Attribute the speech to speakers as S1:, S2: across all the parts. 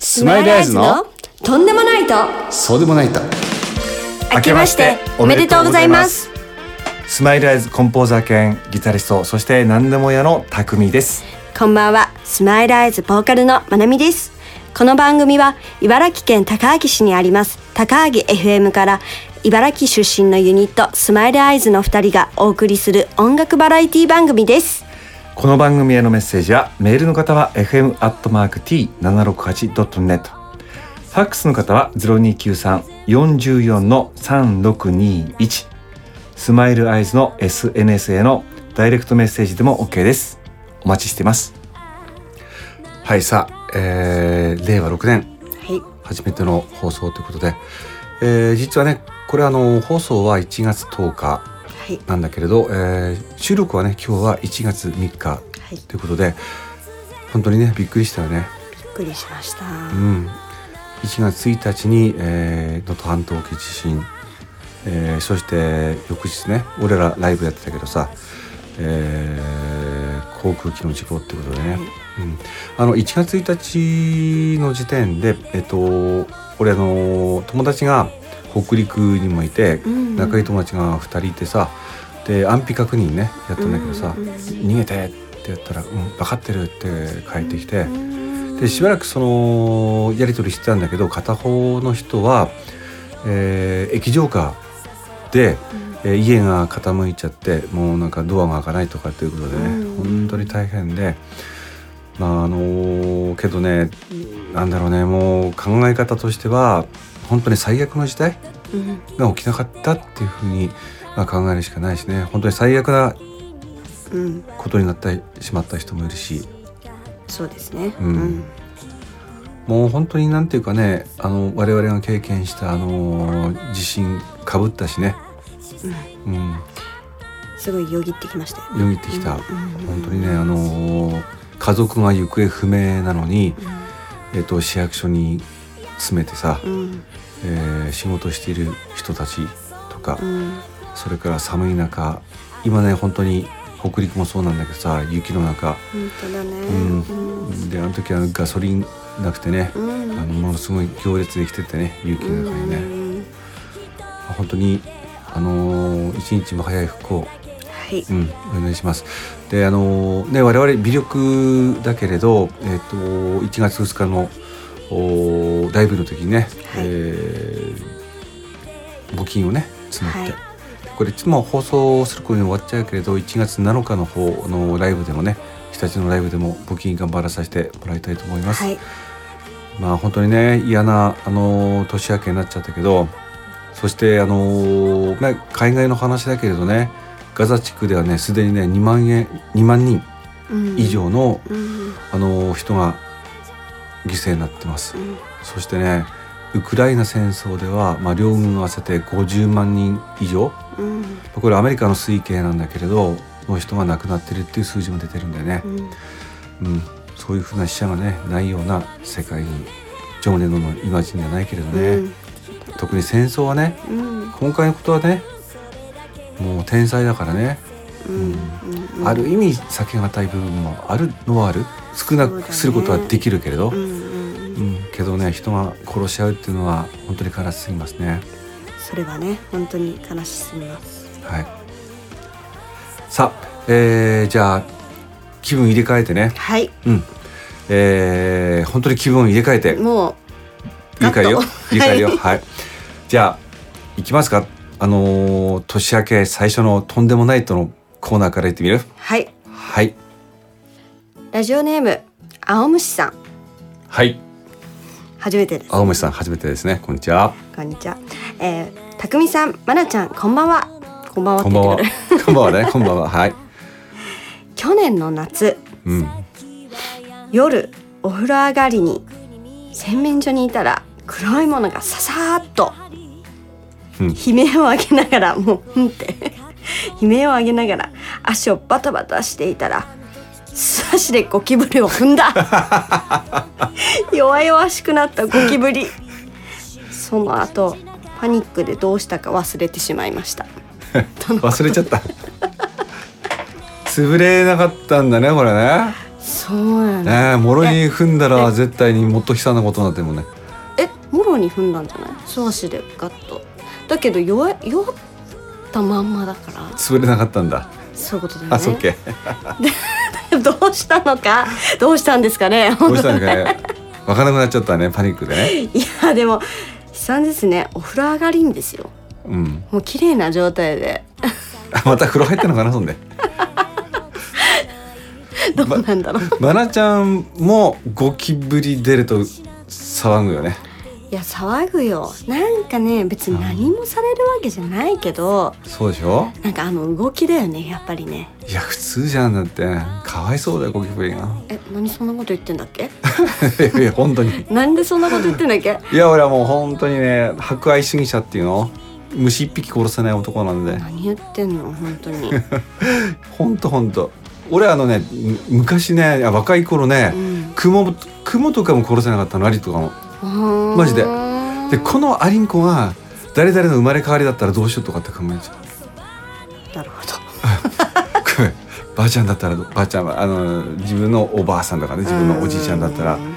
S1: スマイルアイズの
S2: とんでもないと
S1: そうでもないと
S2: 明けましておめでとうございます
S3: スマイルアイズコンポーザー兼ギタリストそして何でも屋の匠です
S2: こんばんはスマイルアイズボーカルのまなみですこの番組は茨城県高萩市にあります高萩 FM から茨城出身のユニットスマイルアイズの二人がお送りする音楽バラエティ番組です
S3: この番組へのメッセージはメールの方は fm アットマーク t 七六八ドットネット、ファックスの方は0293-44の三六二一、スマイルアイズの S N S へのダイレクトメッセージでも OK です。お待ちしています。
S1: はいさあ、えー令和6年
S2: はい
S1: 初めての放送ということで、えー実はねこれあの放送は1月10日
S2: はい
S1: なんだけれど、えー収録はね今日は1月3日
S2: はいび
S1: ということで本当にねびっくりしたよね
S2: っくりしました
S1: うん、1月1日に能登、えー能登半島沖地震、えーそして翌日ね俺らライブやってたけどさ、えー航空機の事故ってことでね、うん、あの1月1日の時点で、えっと俺あの友達が北陸にもいて、
S2: ん
S1: 仲いい友達が2人いてさで安否確認ねやったんだけどさ「
S2: うんうん
S1: 逃げて」ってやったら「うん分かってる」って帰ってきて。でしばらくそのやり取りしてたんだけど片方の人は、えー液状化で、えー家が傾いちゃってもうなんかドアが開かないとかっていうことでね、
S2: うん
S1: 本当に大変でまああのーけどねなんだろうねもう考え方としては本当に最悪の事態
S2: うん
S1: が起きなかったっていうふうに、まあ、考えるしかないしね本当に最悪な
S2: うん
S1: ことになってしまった人もいるし。
S2: そうですね
S1: うんもう本当になんていうかねあの我々が経験したあの地震かぶったしね、うん、
S2: すごいよぎってきましたよ
S1: よぎってきた、
S2: うん
S1: 本当にねあの家族が行方不明なのに、えっと市役所に詰めてさ、
S2: うん
S1: えー仕事している人たちとか、
S2: うん
S1: それから寒い中今ね本当に北陸もそうなんだけどさ雪の中、
S2: 本当だね
S1: うん
S2: うん
S1: であの時はガソリンなくてね、
S2: うん
S1: あのものすごい行列できててね雪の中にね。
S2: うん
S1: 本当にあのー一日も早い復興、
S2: はい、
S1: うん、お願いします。であのーね我々微力だけれど、えっと1月2日のおーライブの時にね、
S2: はい
S1: えー募金をね募って、
S2: はい
S1: これいつも放送する頃に終わっちゃうけれど1月7日の方のライブでもね日立のライブでも募金頑張らさせてもらいたいと思います。
S2: はい、
S1: まあ本当にね嫌なあの年明けになっちゃったけどそしてあの、ね、海外の話だけれどねガザ地区ではねすでにね2万円2万人
S2: うん
S1: 以、上の、
S2: うん
S1: あの人が犠牲になってます
S2: うん
S1: そしてねウクライナ戦争では、まあ、両軍合わせて50万人以上
S2: うん
S1: これアメリカの推計なんだけれどの人が亡くなってるっていう数字も出てるんだよね
S2: う、ん
S1: うん、そういうふうな死者がねないような世界に常年ののイマジンじゃないけれどね、特に戦争はね
S2: うん
S1: 今回のことはねもう天才だからね、
S2: うんうん
S1: ある意味避けがたい部分もあるのはある少な
S2: そうだ
S1: く
S2: ね
S1: することはできるけれど、
S2: う
S1: うんん
S2: うん
S1: けどね人が殺し合うっていうのは本当に悲しすぎますね。
S2: それはね本当に悲しすぎます
S1: はい、さあ、えーじゃあ気分入れ替えてね、
S2: はい
S1: うんえー本当に気分を入れ替えて。
S2: もう
S1: 理解よ
S2: カット
S1: 理解よ
S2: は
S1: はい、じゃあ行きますかあのー年明け最初のとんでもないとのコーナーから行ってみる
S2: はい
S1: はい
S2: ラジオネーム青虫さん
S1: はい
S2: 初めてです
S1: 青虫さん初めてですねこんにちは
S2: こんにちはえー、たくみさんまなちゃんこんばんはこんばんはっ
S1: こ
S2: て
S1: んば
S2: 言っ
S1: ん
S2: て
S1: は
S2: くる
S1: こんばんはねこんばんははい
S2: 去年の夏
S1: うん
S2: 夜お風呂上がりに洗面所にいたら黒いものがささーっと、
S1: うん
S2: 悲鳴を上げながらもううんって悲鳴を上げながら足をバタバタしていたら素足でゴキブリを踏んだ弱々しくなったゴキブリその後パニックでどうしたか忘れてしまいました
S1: 忘れちゃった潰れなかったんだねこれね
S2: そうやね
S1: ねえもろに踏んだら絶対にもっと悲惨なことになってるもんね
S2: えもろに踏んだんじゃない素足でガッとだけど弱い弱ったまんまだから
S1: 潰れなかったんだ
S2: そういうことだよね
S1: あそっけ
S2: どうしたのかどうしたんです かね
S1: どうしたのかね分からなくなっちゃったねパニックでね
S2: いやでも悲惨ですねお風呂上がりんですよ
S1: うん
S2: もう綺麗な状 態で
S1: また風呂入ったのかなそんで
S2: どうなん だろう、
S1: マナちゃんもゴキブリ出ると騒ぐよね
S2: いや騒ぐよなんかね別に何もされるわけじゃないけど
S1: そうでしょ
S2: なんかあの動きだよねやっぱりね
S1: いや普通じゃんだってかわいそうだよゴキブリが
S2: え何そんなこと言ってんだっけ
S1: いや本当に
S2: なんでそんなこと言ってんだっけ
S1: いや俺はもう本当にね博愛主義者っていうの虫一匹殺せない男なんで
S2: 何言ってんの本 当に、
S1: 本当本当俺あのねむ昔ねいや若い頃ね
S2: うん
S1: クモクモとかも殺せなかったのアリとかもマジででこのアリンコが誰々の生まれ変わりだったらどうしようとかって考えちゃう
S2: なるほど
S1: ばあちゃんだったらどばあちゃんはあの自分のおばあさんとかね自分のおじいちゃんだったら
S2: うん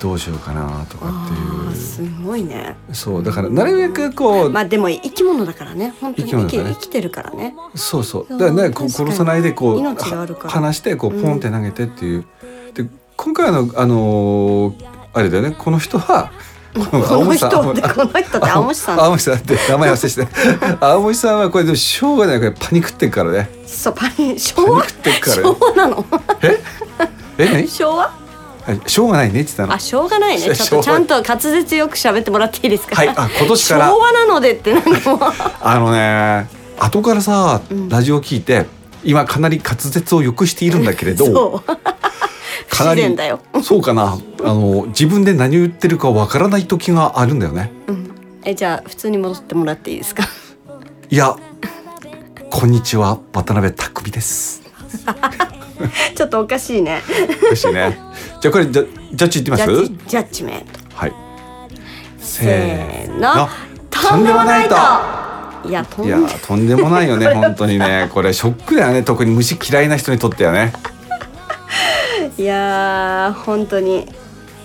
S1: どうしようかなとかって
S2: あー
S1: い
S2: すごいね
S1: うそうだからなるべくこう
S2: まあでも生き物だからね本当に生
S1: 生き
S2: き
S1: 物だね
S2: 生きてるからね
S1: そうそうだからねこう
S2: 確かに
S1: 殺さないでこう
S2: 命があるから
S1: は離してこ
S2: う
S1: うんポンって投げてっていう、で今回のあのーあれだよねこの人は
S2: この人ってこの人って青虫さん
S1: 青虫さんって名前忘れして た青虫さんはこれでもしょうがないこれパニックってっからね
S2: そうパニ昭和
S1: パニックってっから
S2: 昭和なの
S1: え何
S2: 昭和
S1: はいしょうがないねって言った
S2: あ
S1: の
S2: しょうがないねちょ
S1: 昭
S2: っと
S1: 和
S2: ちゃんと滑舌よく喋ってもらっていいですか
S1: はいあ今年から
S2: 昭和なのでってなんかもう
S1: あのね後からさ
S2: ん
S1: ラジオ聞いて今かなり滑舌を良くしているんだけれど
S2: そ う
S1: かなり
S2: 不自然だよ
S1: そうかなあの自分で何を言ってるかわからない時があるんだよね
S2: うんえじゃあ普通に戻ってもらっていいですか
S1: いやこんにちは渡辺拓海です
S2: ちょっとおかしいね
S1: 嬉しいね じゃあこれじゃジャッジ言
S2: ジ
S1: って
S2: ャ
S1: みま
S2: ッ
S1: す
S2: ジジャッジメント
S1: はい
S2: せ
S1: せ
S2: ー
S1: ー
S2: の
S1: の
S2: とんでもないといやとん
S1: い
S2: で
S1: や
S2: も
S1: とんでもないよ ね本当にねこれショックだよね特に虫嫌いな人にとってはね
S2: いやー本当に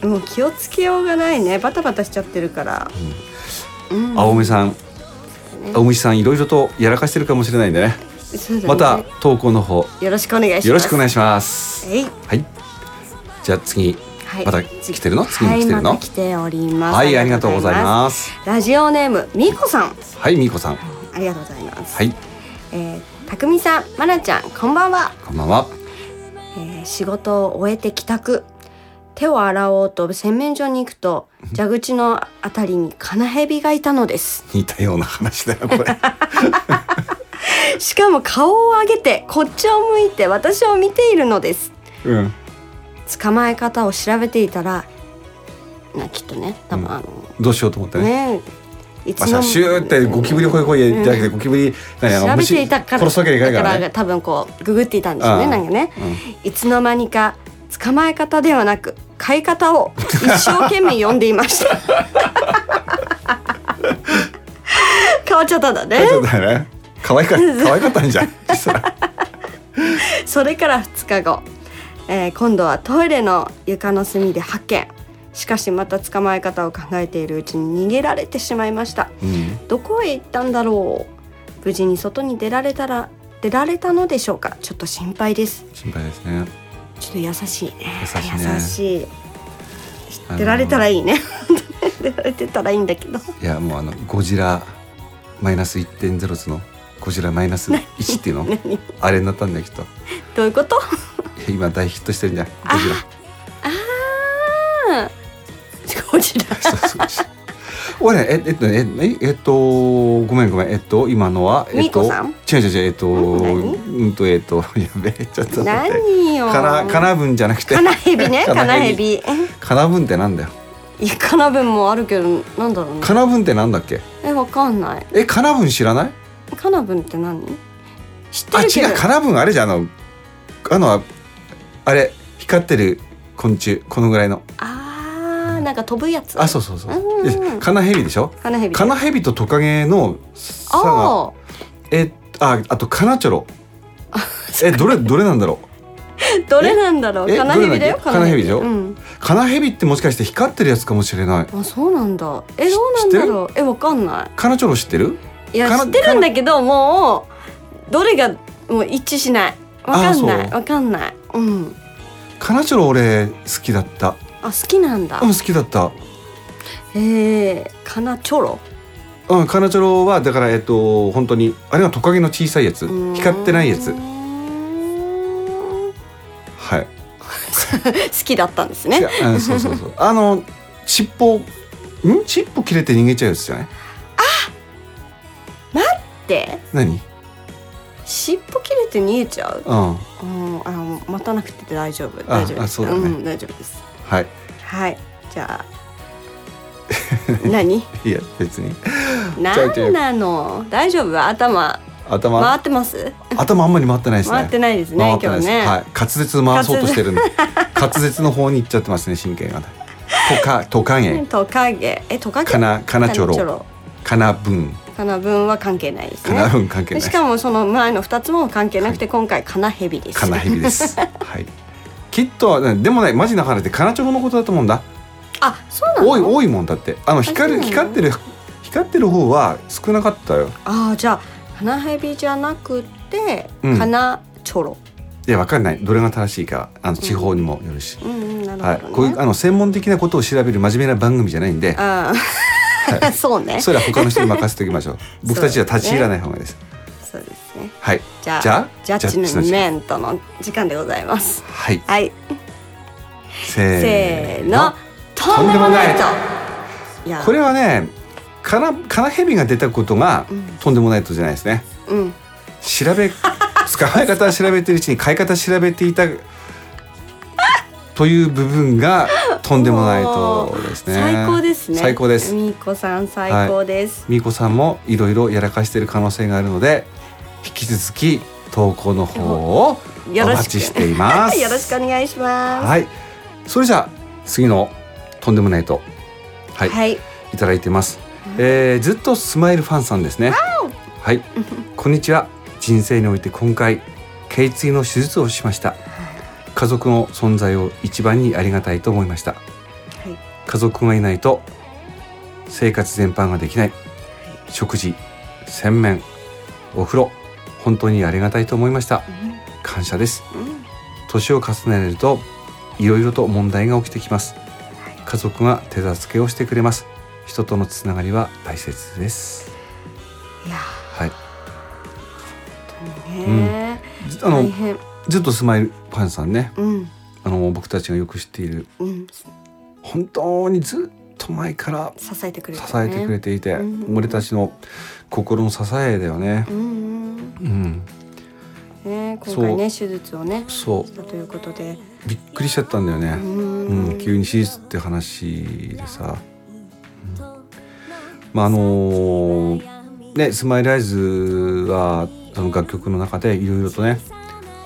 S2: もう気をつけようがないねバタバタしちゃってるから、うん
S1: 青梅さん青虫さんいろいろとやらかしてるかもしれないんでね
S2: そうだね
S1: また投稿の方
S2: よろしくお願いします
S1: よろしくお願い
S2: し
S1: します
S2: えい
S1: はいじゃあ次
S2: はい
S1: また来てるの次
S2: は
S1: に
S2: い
S1: 来てるの
S2: また来ております
S1: はいありがとうござい
S2: す
S1: ます
S2: ラジオネームみこさん
S1: はいみーこさん
S2: ありがとうございます、
S1: はい
S2: えー、たくみさんまなちゃんこんばんは
S1: こんばんは
S2: えー仕事を終えて帰宅手を洗おうと洗面所に行くと蛇口のあたりにカナヘビがいたのです
S1: 似たような話だよこ れ
S2: しかも顔を上げてこっちを向いて私を見ているのです
S1: うん
S2: 捕まえ方を調べていたらなきっとね多分あの、
S1: どうしようと思ってね
S2: ねい
S1: まあさシューってゴキブリホイホイじゃなくてゴキブリ何あの
S2: 調べ
S1: 虫
S2: ていたから
S1: 殺すわけにいかないか
S2: だ
S1: ら
S2: から
S1: ね
S2: 多分こうググっていたんですよね
S1: うん
S2: なんかね、いつの間にか捕まえ方ではなく買い方を一生懸命読んでいました 変わっちゃったんだね
S1: そうだよね可愛か 可愛かったんじゃん実は
S2: それから2日後、えー今度はトイレの床の隅で発見しかしまた捕まえ方を考えているうちに逃げられてしまいました
S1: うん
S2: どこへ行ったんだろう無事に外に出られたら出られたのでしょうかちょっと心配です
S1: 心配ですね
S2: ちょっと優しいね
S1: 優しいね
S2: 優しい
S1: あの
S2: 出られたらいいね 出られてたらいいんだけど
S1: いやもうあのゴジラマイナス1.0のゴジラマイナス1っていう の
S2: 何
S1: あれになったんだけどい
S2: どういうこと
S1: や今大ヒットしてるじゃんゴジラ
S2: あ ーゴジラ
S1: そうそうそう 俺ねええっとねえええっとごめんごめんえっと今のはえっと
S2: みーこさん
S1: 違う違う違うえっと
S2: 何
S1: うんとえっと やべえちょっと待って
S2: 何よ
S1: かなかなぶんじゃなくて
S2: カナヘビ ね
S1: か
S2: カ
S1: な
S2: ナ
S1: へ
S2: ヘ
S1: び
S2: ビ
S1: かなぶんってなんだよ
S2: いやカナブンもあるけどなんだろうね
S1: かなぶんってなんだっけ
S2: えわかんない
S1: えかなぶん知らない
S2: カナブンって何知って
S1: あ
S2: るけど
S1: 違うかなぶんあれじゃんあのあのあれ光ってる昆虫このぐらいの
S2: あーなんか飛ぶやつ
S1: あそうそうそう
S2: うんうんう
S1: で
S2: ん
S1: カナヘビでしょ
S2: カナヘビ
S1: カナヘビとトカゲの差が
S2: あ
S1: えああとカナチョロえどれどれなんだろう
S2: どれなんだろう
S1: え
S2: カナヘビだ
S1: ど
S2: よ
S1: れだっけカナヘビでしょ
S2: うん
S1: カナヘビってもしかして光ってるやつかもしれない
S2: あそうなんだえどうなんだろうえわかんな
S1: カナチョロ知ってる
S2: いいや
S1: かな
S2: 知ってるんだけどもうどれがもう一致しないわかんな
S1: あ
S2: い
S1: そう
S2: わかんないうん
S1: カナチョロ俺好きだった
S2: あ好きなんだ
S1: うん好きだった
S2: へえカナチョロ
S1: うんカナチョロはだからえっと本当にあれはトカゲの小さいやつ光ってないやつ
S2: うーん好
S1: はい
S2: きだったんですね
S1: いやうんそうそうそうあの尻尾ん尻尾切れて逃げちゃうやつじゃない
S2: で
S1: 何
S2: 尻尾切れて逃げちゃう
S1: うん
S2: うんあの待たなくて大丈夫
S1: あ
S2: 大丈夫です
S1: あそうだね
S2: ん、大丈夫です
S1: はい
S2: はいじゃあ何
S1: いや別に違う違う
S2: 何なの大丈夫頭
S1: 頭、
S2: 回ってます
S1: 頭あんまり回ってないですね
S2: 回ってないで
S1: 回
S2: すね
S1: って
S2: 今
S1: ないで
S2: 日
S1: す、
S2: ね、
S1: はい、滑舌回そうとしてるんで滑舌の方に行っちゃってますね神経がねとかトカゲ
S2: トカゲえトカゲ
S1: かなかなちょ
S2: カナチョ
S1: ろ
S2: ロ
S1: かなぶん
S2: カナブンは関係ないです
S1: か
S2: ね
S1: なぶん関係
S2: で
S1: ない
S2: しかもその前の二つも関係なくて今回カナヘビです
S1: かなヘビですはいきっとはねでもねマジな話でかなちょろのことだと思うんだ
S2: あそうなの
S1: 多い多いもんだってあの光る
S2: そうな
S1: 光
S2: の
S1: ってる光ってる方は少なかったよ
S2: あーじゃあカナヘビじゃなくて、
S1: うん
S2: カナチョロ
S1: いやわかんないどれが正しいかあの地方にもよるし、
S2: うんうんなるほどね、
S1: はい、こういうあの専門的なことを調べる真面目な番組じゃないんで
S2: ああ、 そうね。
S1: それは他の人に任せておきま しょう僕たちは立ち入らない方がいいです
S2: そうですね。
S1: はい
S2: じゃあ、
S1: じゃあ
S2: ジャッジ
S1: ジャッジの
S2: の
S1: 時間
S2: メントの時間でございます。
S1: はい
S2: はい、
S1: せ
S2: せ
S1: ー
S2: ーの
S1: の、
S2: とんでもないと。いや、
S1: これはねカナカナヘビが出たことが、とんでもないとじゃないですね
S2: うん、
S1: 調 べ捕まえ方を調べてるうちに飼い方調べていたという部分がとんでもないとですね
S2: 最高ですね。
S1: 最高です
S2: みーこさん最高です。
S1: みーこさんもいろいろやらかしてる可能性があるので引き続き投稿の方をお
S2: よろしく
S1: 待ちしています
S2: よろしくお願いします。
S1: はい。それじゃあ次のとんでもないとはい、い、
S2: はい、
S1: ただいてます。えー、ずっとスマイルファンさんですね。はい。こんにちは。人生において今回頸椎の手術をしました。家族の存在を一番にありがたいと思いました。
S2: はい
S1: 家族がいないと生活全般ができない。食事、洗面、お風呂、本当にありがたいと思いました。感謝です。
S2: うん
S1: 年を重ねるといろいろと問題が起きてきます家族が手助けをしてくれます人とのつながりは大切です
S2: いや
S1: はい
S2: ーね
S1: ず
S2: ー、
S1: あの、
S2: 大変、
S1: ずっとスマイルパンさんね
S2: うん、
S1: あの僕たちがよく知っている
S2: うん、
S1: 本当にずっと前から
S2: 支えてくれ
S1: 支
S2: たね
S1: えてくれていて、
S2: うん
S1: 俺たちの心の支えだよね
S2: うんうん、
S1: うん、
S2: ね、今回ね手術をね
S1: そ
S2: したということで、
S1: うびっくりしちゃったんだよね、
S2: うん
S1: うん、急に手術って話でさ、うんまああのねスマイルアイズはその楽曲の中でいろいろとね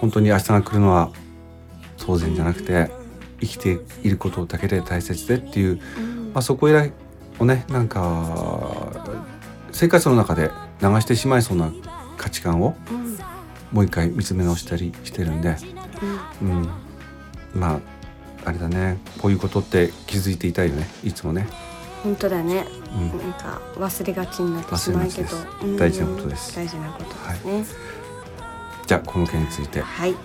S1: 本当に明日が来るのは当然じゃなくて生きていることだけで大切でっていう、まあ、そこ以来をねなんか生活の中で流してしまいそうな価値観を
S2: うん
S1: もう一回見つめ直したりしてるんで、うん、まああれだねこういうことって気づいていたいよねいつもね、
S2: 本当だね、
S1: うん
S2: なんか忘れがちになってしまうけど
S1: 忘れがちです大事なことです
S2: 大事なことですね
S1: じゃあこの件について、
S2: はい、
S1: うん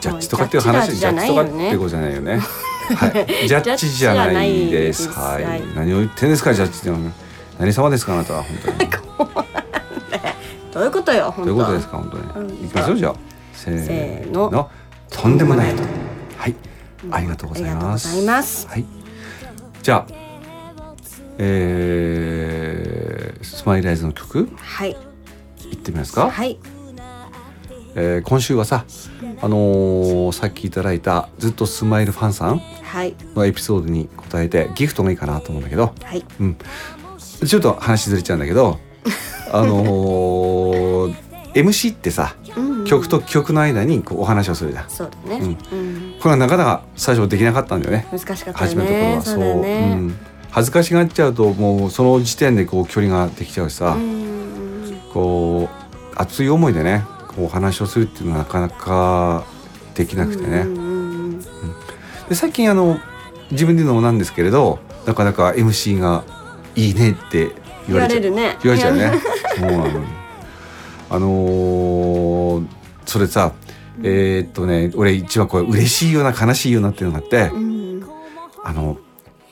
S1: ジャッジとかっていう話
S2: ジ
S1: ジャ
S2: ャ
S1: ッ
S2: ッ
S1: ジ
S2: ジ
S1: と
S2: と
S1: か
S2: か
S1: ってことじゃないよね はいジャッジじゃないです
S2: ジャッジじゃ
S1: は
S2: ないですはい
S1: い何を言ってんですかジャッジってのは何様ですかあなたは本当に
S2: どういうことよ本
S1: どうい
S2: 当
S1: うことです
S2: か
S1: か本当
S2: う
S1: に
S2: ん
S1: いきましょうじゃあせーのとんでもないとはいありがとうございます
S2: ありがとうございます
S1: はいじゃあえー、スマイルアイズの曲
S2: はい
S1: いってみますか
S2: はい
S1: えー今週はさ、あのーさっきいただいたずっとスマイルファンさん
S2: はい
S1: のエピソードに答えてギフトがいいかなと思うんだけど、
S2: はい
S1: うん、ちょっと話ずれちゃうんだけ どあのー MC ってさ
S2: うん
S1: 曲と曲の間にこうお話をするじゃん。
S2: そうだね、うん
S1: これはなかなか最初できなかったんだよね
S2: 難しかったね
S1: 初めの頃は
S2: そうだよ
S1: う
S2: ね
S1: ん、恥ずかしがっちゃうともうその時点でこう距離ができちゃうしさ、
S2: うん
S1: こう熱い思いでねこうお話をするっていうのはなかなかできなくてね、
S2: うんうんうん
S1: で最近あの自分で言うのもなんですけれどなかなか MC が「いいね」って言
S2: 言
S1: わ
S2: わ
S1: れちゃ
S2: れ
S1: う
S2: るね。
S1: 言われちゃうね。もうあのあのーそれさえーっとね俺一番これ嬉しいような悲しいようなっていうのがあって
S2: うん。
S1: あの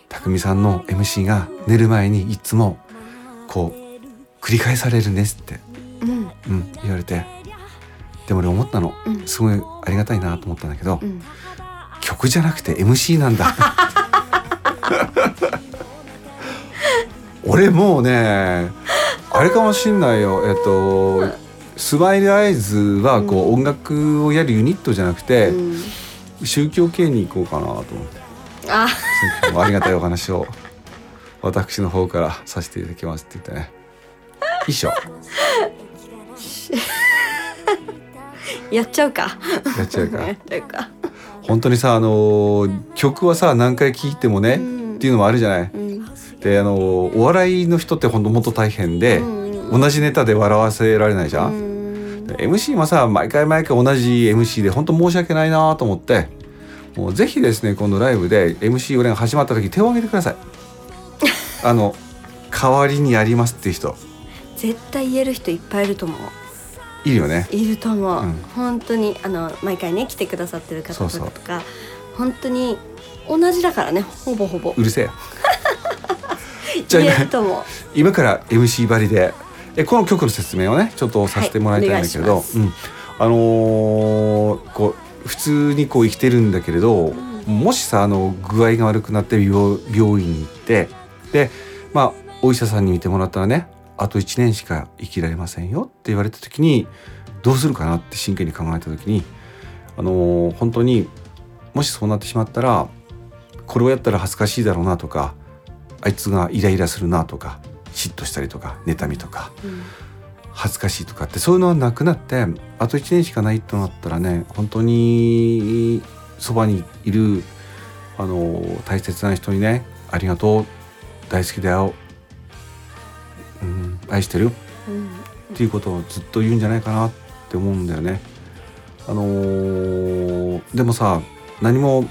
S1: 匠さんの MC が寝る前にいつもこう繰り返されるんですって、
S2: うん。
S1: うん、言われてでも俺思ったの
S2: うん
S1: すごいありがたいなと思ったんだけど
S2: うん。
S1: 曲じゃなくて MC なんだ 俺もうねあれかもしんないよえっとスマイルアイズはこう、音楽をやるユニットじゃなくて、
S2: うん
S1: 宗教系に行こうかなと思って
S2: あ、
S1: そうありがたいお話を私の方からさせていただきますって言ってね 衣装
S2: やっちゃうか。
S1: やっちゃうから
S2: やっちゃうか。
S1: 本当にさあのー曲はさ何回聴いてもね、
S2: うん
S1: っていうのもあるじゃない、
S2: うん。
S1: であのお笑いの人ってほんともっと大変で、
S2: うん
S1: 同じネタで笑わせられないじゃ、
S2: うんん。
S1: MC もさ毎回毎回同じ MC で本当申し訳ないなと思ってもうぜひですね今度ライブで MC 俺が始まった時手を挙げてく ださいあの代わりにやりますっていう人
S2: 絶対言える人いっぱいいると思う。
S1: いるよね
S2: いると思う、
S1: うん
S2: 本当にあの毎回ね来てくださってる方
S1: そうそ
S2: と
S1: う
S2: か本当に同じだからねほぼほぼ
S1: うるせえじゃあ
S2: 言
S1: 今
S2: えると思う
S1: 今から MC ばりでえこの曲の説明をねちょっとさせてもらいたいんだけど、
S2: はいお願いします
S1: うん、あのーこう普通にこう生きてるんだけれど、もしさあの具合が悪くなって病病院に行ってでまあお医者さんに見てもらったらねあと1年しか生きられませんよって言われた時にどうするかなって真剣に考えた時にあのー本当にもしそうなってしまったらこれをやったら恥ずかしいだろうなとかあいつがイライラするなとか嫉妬したりとか妬みとか
S2: うん
S1: 恥ずかしいとかってそういうのはなくなってあと1年しかないとなったらね本当にそばにいるあの大切な人にね「ありがとう大好きだよ、うん、愛してるよ」
S2: うん
S1: っていうことをずっと言うんじゃないかなって思うんだよね。あのーでもさ何も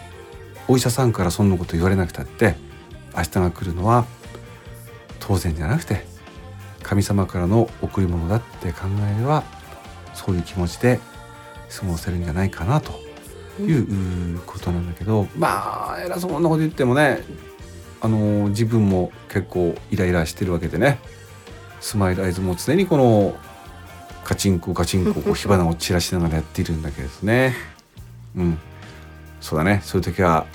S1: お医者さんからそんなこと言われなくたって明日が来るのは当然じゃなくて神様からの贈り物だって考えればそういう気持ちで過ごせるんじゃないかなといううーことなんだけどまあ偉そうなこと言ってもねあのー自分も結構イライラしてるわけでねスマイルアイズも常にこのカチンコカチンコ こう火花を散らしながらやっているんだけどですねうんそうだねそういう時は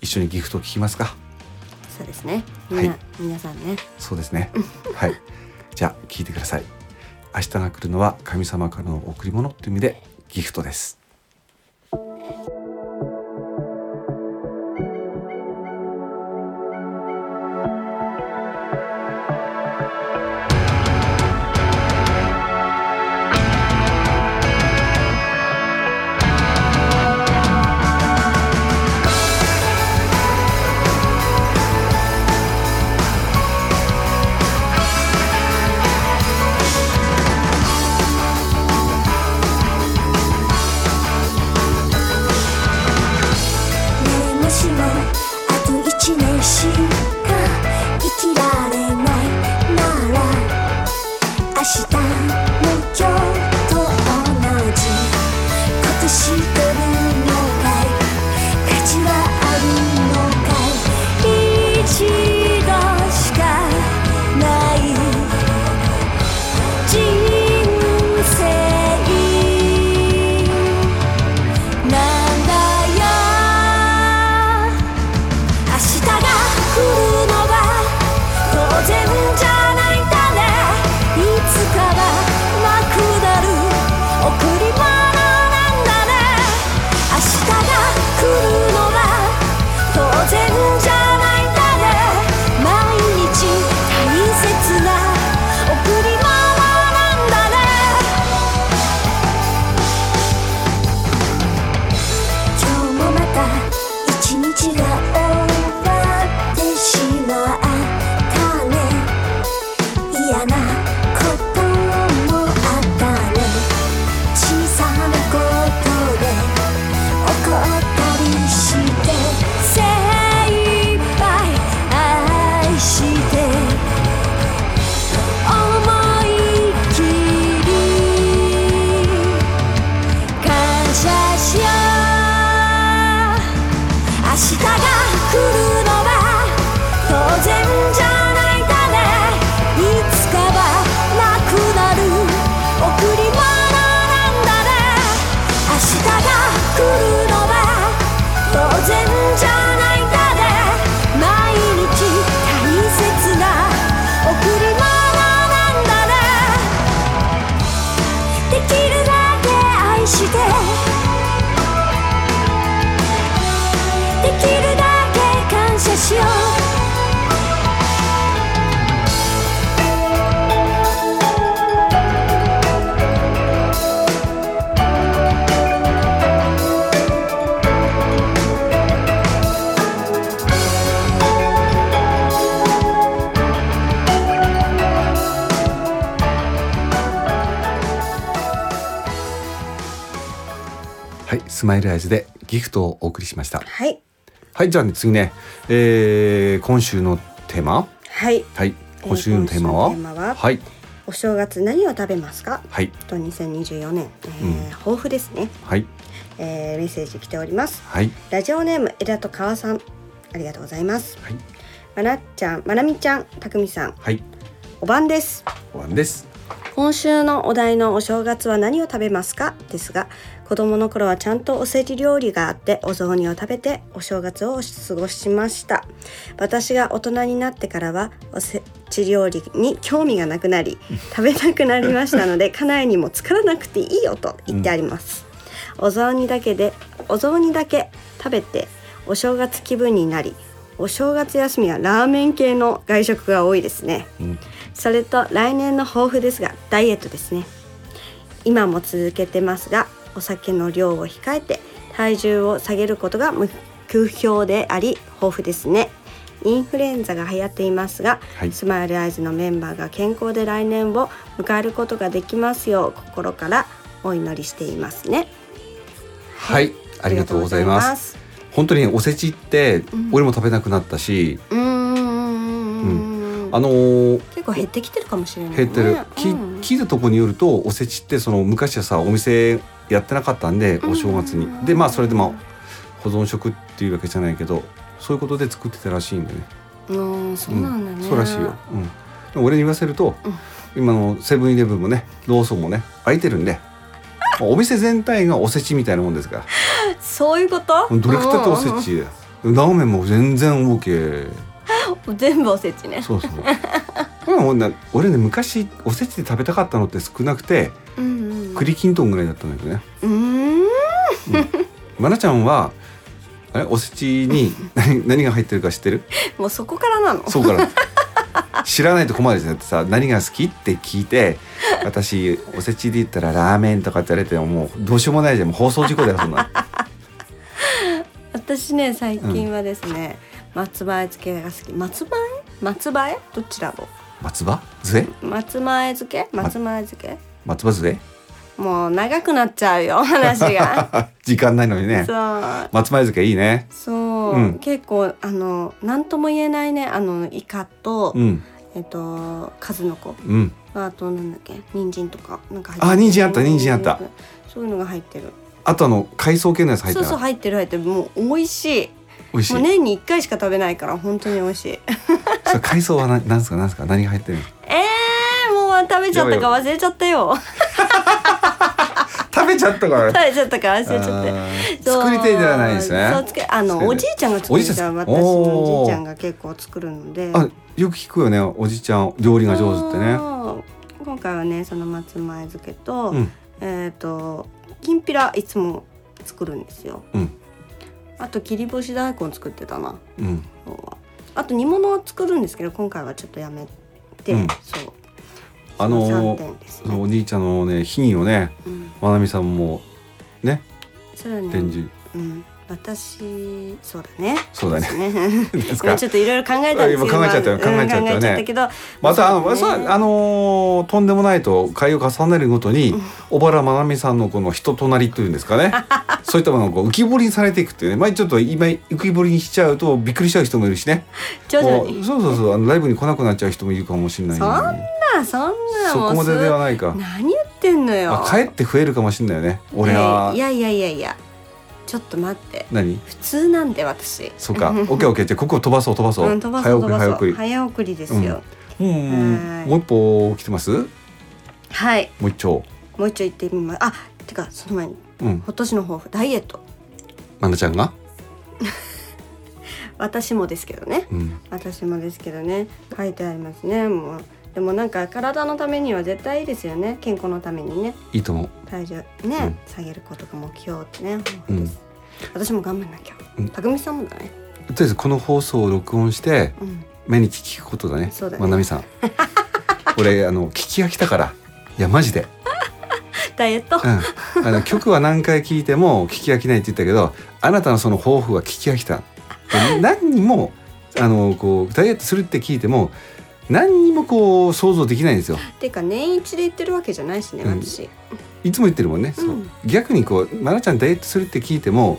S1: 一緒にギフトを聞きますか
S2: そうですねみんな、
S1: はい
S2: 皆さんね
S1: そうです ねはいじゃあ聞いてください明日が来るのは神様からの贈り物という意味でギフトです
S4: ねえもしもあと1年しか生きられないなら明日も今日と同じことしてるのかい価値はあるのかい一度しかない人生なんだよ明日が来るのは当然じゃないんだねいつかは
S1: スマイルアイズでギフトをお送りしました。
S2: はい。
S1: はい、じゃあね、次ね、えー、今週のテーマ
S2: はい。
S1: はい、今週のテーマは、
S2: 今週のテーマは
S1: はい、
S2: お正月何を食べますか。
S1: はい、
S2: と2024年、えー
S1: うん
S2: 豊富ですね、
S1: はい、
S2: えー。メッセージ来ております。
S1: はい、
S2: ラジオネーム枝と川さん、ありがとうございます。
S1: はい、
S2: まなっちゃん、まなみちゃん、たくみさん、
S1: はい、
S2: おばんです。
S1: ワンです。
S2: 今週のお題のお正月は何を食べますかですが子供の頃はちゃんとおせち料理があってお雑煮を食べてお正月を過ごしました私が大人になってからはおせち料理に興味がなくなり食べなくなりましたので 家内にも作らなくていいよと言ってあります、お雑煮だけでお雑煮だけ食べてお正月気分になりお正月休みはラーメン系の外食が多いですね、
S1: うん、
S2: それと来年の抱負ですがダイエットですね今も続けてますがお酒の量を控えて体重を下げることが目標であり抱負ですねインフルエンザが流行っていますが、
S1: はい
S2: スマイルアイズのメンバーが健康で来年を迎えることができますよう心からお祈りしていますね
S1: はい、ありがとうござい
S2: ありがとうございま
S1: ますす。本当におせちって、俺も食べなくなったし、
S2: うーん
S1: あのー
S2: 結構減ってきてるかもしれないね
S1: 減ってる、き
S2: うん
S1: 聞いたところによるとおせちってその昔はさお店やってなかったんで
S2: ん
S1: お正月にでまあそれでまあ保存食っていうわけじゃないけどそういうことで作ってたらしいんだよね
S2: うんそうなんだね、
S1: うんそうらしいよ、うん、でも俺に言わせると、今のセブンイレブンもねローソンもね空いてるんでまあお店全体がおせちみたいなもんですから
S2: そういうこと
S1: どれ食ったっておせちだよラーメンも全然 OK
S2: うん全部おせちね
S1: そうそううんほんなら俺ね昔おせちで食べたかったのって少なくて
S2: うんうん
S1: 栗きんとんぐらいだったんだけどね
S2: うーん
S1: まなちゃんはあれおせちに何何が入ってるか知ってる
S2: もうそこからなの
S1: そうから知らないと困るじゃんだってさ何が好きって聞いて私おせちで言ったらラーメンとかって言われてももうどうしようもないじゃんもう放送事故だよそんな
S2: 私ね最近はですね、松前漬けが好き松前松前どちらも
S1: 松葉杖
S2: 松前漬け松前漬け
S1: 松葉杖
S2: もう長くなっちゃうよ話が
S1: 時間ないのに ね
S2: そう
S1: 松前漬けいいね
S2: そう、
S1: うん
S2: 結構あの何とも言えないねあのイカと、
S1: うん
S2: えっと数の子
S1: うん
S2: あとなんだっけ人参とかなんか入ってる
S1: あ人参あった人参あった
S2: そういうのが入ってる
S1: あとあの海藻系のやつ入って
S2: そう
S1: な
S2: そう
S1: い
S2: 入ってる入ってるもう美味しい
S1: 美味しい、
S2: もう年に1回しか食べないから本当に美味 しい
S1: それ海藻は何ですか何ですか何が入ってるの
S2: えー、もう食べちゃったか忘れちゃったよ
S1: 食べちゃったから
S2: 食べちゃったか忘れちゃったよ
S1: あー
S2: そう
S1: 作り手ではないですね
S2: そう作りあの
S1: 作
S2: お
S1: り
S2: じ
S1: 手
S2: いちゃんが作る
S1: おじ
S2: じゃん
S1: いちゃん
S2: 私の
S1: おー
S2: おじいちゃんが結構作るので
S1: あよく聞くよねおじいちゃん料理が上手ってね
S2: そう今回はねその松前漬けと、
S1: うん
S2: えっ、ときんぴらいつも作るんですよ
S1: うん
S2: あと切り干し大根作ってたな
S1: うん
S2: 今日はあと煮物を作るんですけど今回はちょっとやめて、
S1: うん
S2: そう
S1: あの
S2: 3点です
S1: その
S2: ね
S1: おじいちゃんのね品位をね
S2: うん
S1: まなみさんもね
S2: それはね
S1: 展示、
S2: うん、私そうだね。
S1: そうだね
S2: ね。
S1: です
S2: ごめ
S1: か
S2: んちょっといろいろ考えたんですけど、
S1: 今考えちゃったよ
S2: うん
S1: 考えちゃったよね
S2: 考えちゃったけど、
S1: またあの、
S2: そうだね
S1: さあのーとんでもないと会を重ねるごとに小原まなみさんのこの人となりというんですかねそういったものがこう浮き彫りにされていくっていうねまあちょっと今浮き彫りにしちゃうとびっくりしちゃう人もいるしね
S2: 徐
S1: も
S2: 々に。
S1: うそうそうそうあのライブに来なくなっちゃう人もいるかもしれない
S2: そんなそんな
S1: そこまでではないか
S2: もうす何言ってんのよ。
S1: まあ、帰って増えるかもしれないよね俺はい
S2: やいやいやいや。ちょっと待って。
S1: 何
S2: 普通なんで私。
S1: そうかオッケーオッケーじゃあここ飛ばそう飛ばそう,、
S2: ん飛ばそ
S1: 早
S2: う
S1: 送り
S2: 飛ば
S1: 早
S2: そ
S1: 送
S2: う。
S1: り
S2: 早送りですよ。
S1: うん
S2: はい
S1: もう一歩来てますも
S2: はい。
S1: う一丁
S2: もう一丁行ってみます。あ、てかその前に
S1: うん
S2: 今年の抱負ダイエット。
S1: まなちゃんが
S2: 私もですけどね。
S1: うん
S2: 私もですけどね書いてありますねもうでもなんか体のためには絶対いいですよね健康のためにね
S1: いいと思う
S2: 体重ね、
S1: うん
S2: 下げることが目標ってね、
S1: うん
S2: 私も頑張んなきゃ、
S1: うん
S2: たくみさんもだね
S1: とりあえずこの放送を録音して
S2: うん
S1: 目に聞くことだね
S2: そうだね
S1: まなみ さん俺あの聞き飽きたからいやマジで、
S2: ダイエット、
S1: うん、あの曲は何回聞いても聞き飽きないって言ったけどあなたのその抱負は聞き飽きたで何にもあのこうダイエットするって聞いても何にもこう想像できないんですよ
S2: ていうか年一で言ってるわけじゃないしね
S1: うん
S2: 私、
S1: いつも言ってるもんね、そう
S2: うん
S1: 逆にこう「まなちゃんダイエットする」って聞いても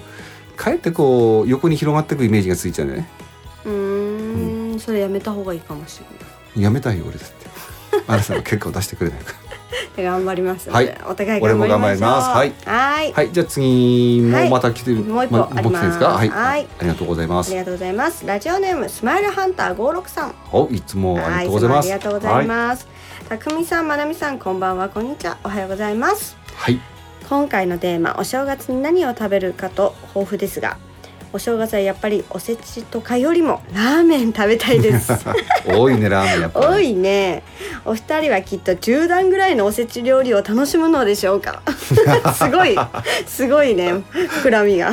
S1: かえってこう横に広がっていくイメージがついちゃうんだよね
S2: うーんそれやめた方がいいかもしれない
S1: やめたいよ俺だってあなたは結構出してくれないから
S2: 頑張りますの
S1: は
S2: で、
S1: い
S2: お互い頑張り
S1: 俺
S2: ましょう
S1: も頑張りますはい
S2: はい
S1: はいじゃあ次
S2: は
S1: も
S2: い
S1: また来てる、
S2: もう一本あります
S1: もう来てるんですかはい、
S2: はい
S1: ありがとうございま
S2: あ
S1: す
S2: りがとうございますラジオネームスマイルハンター56さん
S1: おいつもありがとうござい
S2: は
S1: ます
S2: いつもありがとうございますたくみさんまなみさんこんばんはこんにちはおはようございます
S1: はい
S2: 今回のテーマお正月に何を食べるかと豊富ですがお正月はやっぱりおせちとかよりもラーメン食べたいです
S1: 多いねラーメンやっぱり
S2: 多いねお二人はきっと10段ぐらいのおせち料理を楽しむのでしょうか すごいすごい ね膨らみが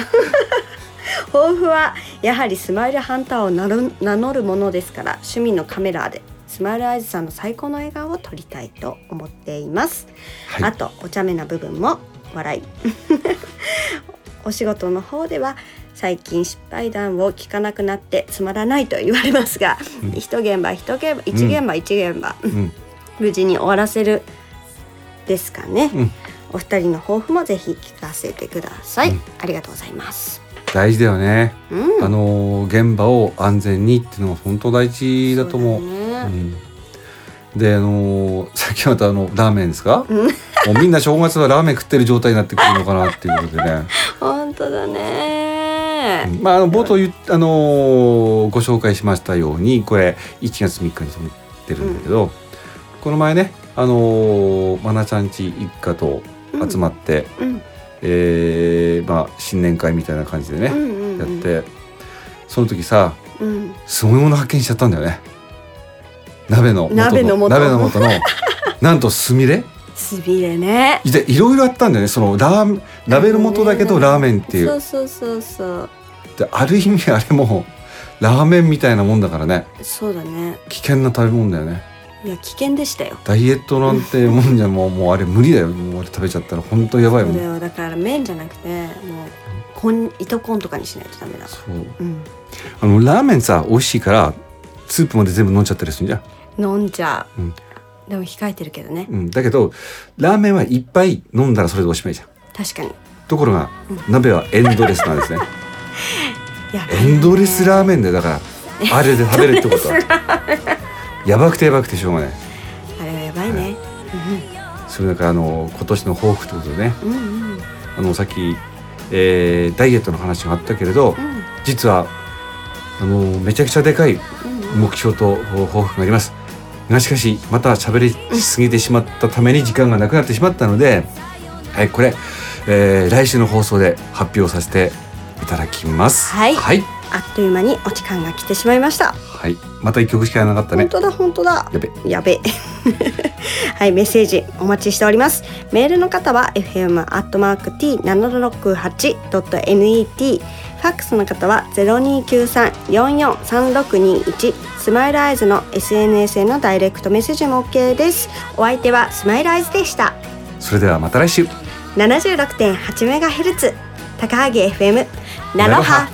S2: 抱負はやはりスマイルハンターを名乗名乗るものですから趣味のカメラでスマイルアイズさんの最高の笑顔を撮りたいと思っています、
S1: はい
S2: あとお茶目な部分も笑い お仕事の方では最近失敗談を聞かなくなってつまらないと言われますが、一現場一現場一現場一現場、
S1: ん
S2: 無事に終わらせるですかね、
S1: うん
S2: お二人の抱負もぜひ聞かせてください、ありがとうございます
S1: 大事だよね、
S2: うん
S1: あの現場を安全にっていうのは本当大事だと思う
S2: そうだ
S1: う
S2: ね
S1: んであのー さっきまたあのラーメンですか、もうみんな正月はラーメン食ってる状態になってくるのかなっていうことでね、
S2: 本当だね、
S1: うんまあ、あの冒頭言っあのーご紹介しましたようにこれ1月3日に撮ってるんだけど、この前ねあのー、まなちゃんち一家と集まって、
S2: うん
S1: えーまあ、新年会みたいな感じで
S2: うん
S1: ね、
S2: うんうん
S1: やってその時さ
S2: うん
S1: すごいもの発見しちゃったんだよね鍋の元
S2: 鍋の元
S1: 鍋の素 のなんとすみれ
S2: すびれね
S1: でいろいろあったんだよねそのラーメン鍋の素だけどラーメンってい
S2: そううそうそうそう
S1: である意味あれもラーメンみたいなもんだからね
S2: そうだね
S1: 危険な食べ物だよね
S2: いや危険でしたよ
S1: ダイエットなんてもんじゃもうもうあれ無理だよもうあれ食べちゃったら本当やばいも
S2: そ
S1: ん
S2: れをだから麺じゃなくてもうこん糸こんとかにしないとダメだ
S1: そう
S2: うん
S1: あのラーメンさ美味しいからスープまで全部飲んじゃったりするんじゃん、
S2: 飲んじゃう、
S1: うん
S2: でも控えてるけどね
S1: うん、だけどラーメンはいっぱい飲んだらそれでおしまいじゃん
S2: 確かに
S1: ところが鍋はエンドレスなんですね
S2: やばいね
S1: エンドレスラーメンでだから あれで食べるってことはやばくてやばくてしょうがない
S2: あれはやばいね、
S1: それだからあの今年の抱負ってことでね
S2: うんうんうん
S1: あのさっき、えーダイエットの話があったけれど、実はあのめちゃくちゃでかい目標と抱負がありますがしかしまた喋りすぎてしまったために時間がなくなってしまったので、はい、これ、えー来週の放送で発表させていただきます。
S2: はい
S1: はい、
S2: あっという間にお時間が来てしまいました、
S1: はいまた一曲しかやらなかった
S2: 本
S1: ね。
S2: 当だ本当だ
S1: やべ
S2: やべ はいメッセージお待ちしておりますメールの方は fm アットマーク t 七六八ドット net ファックスの方は0293443621スマイルアイズの SNS へのダイレクトメッセージも OK ですお相手はスマイルアイズでした
S1: それではまた来週
S2: 76.8メガヘルツ高萩 FM ナロハ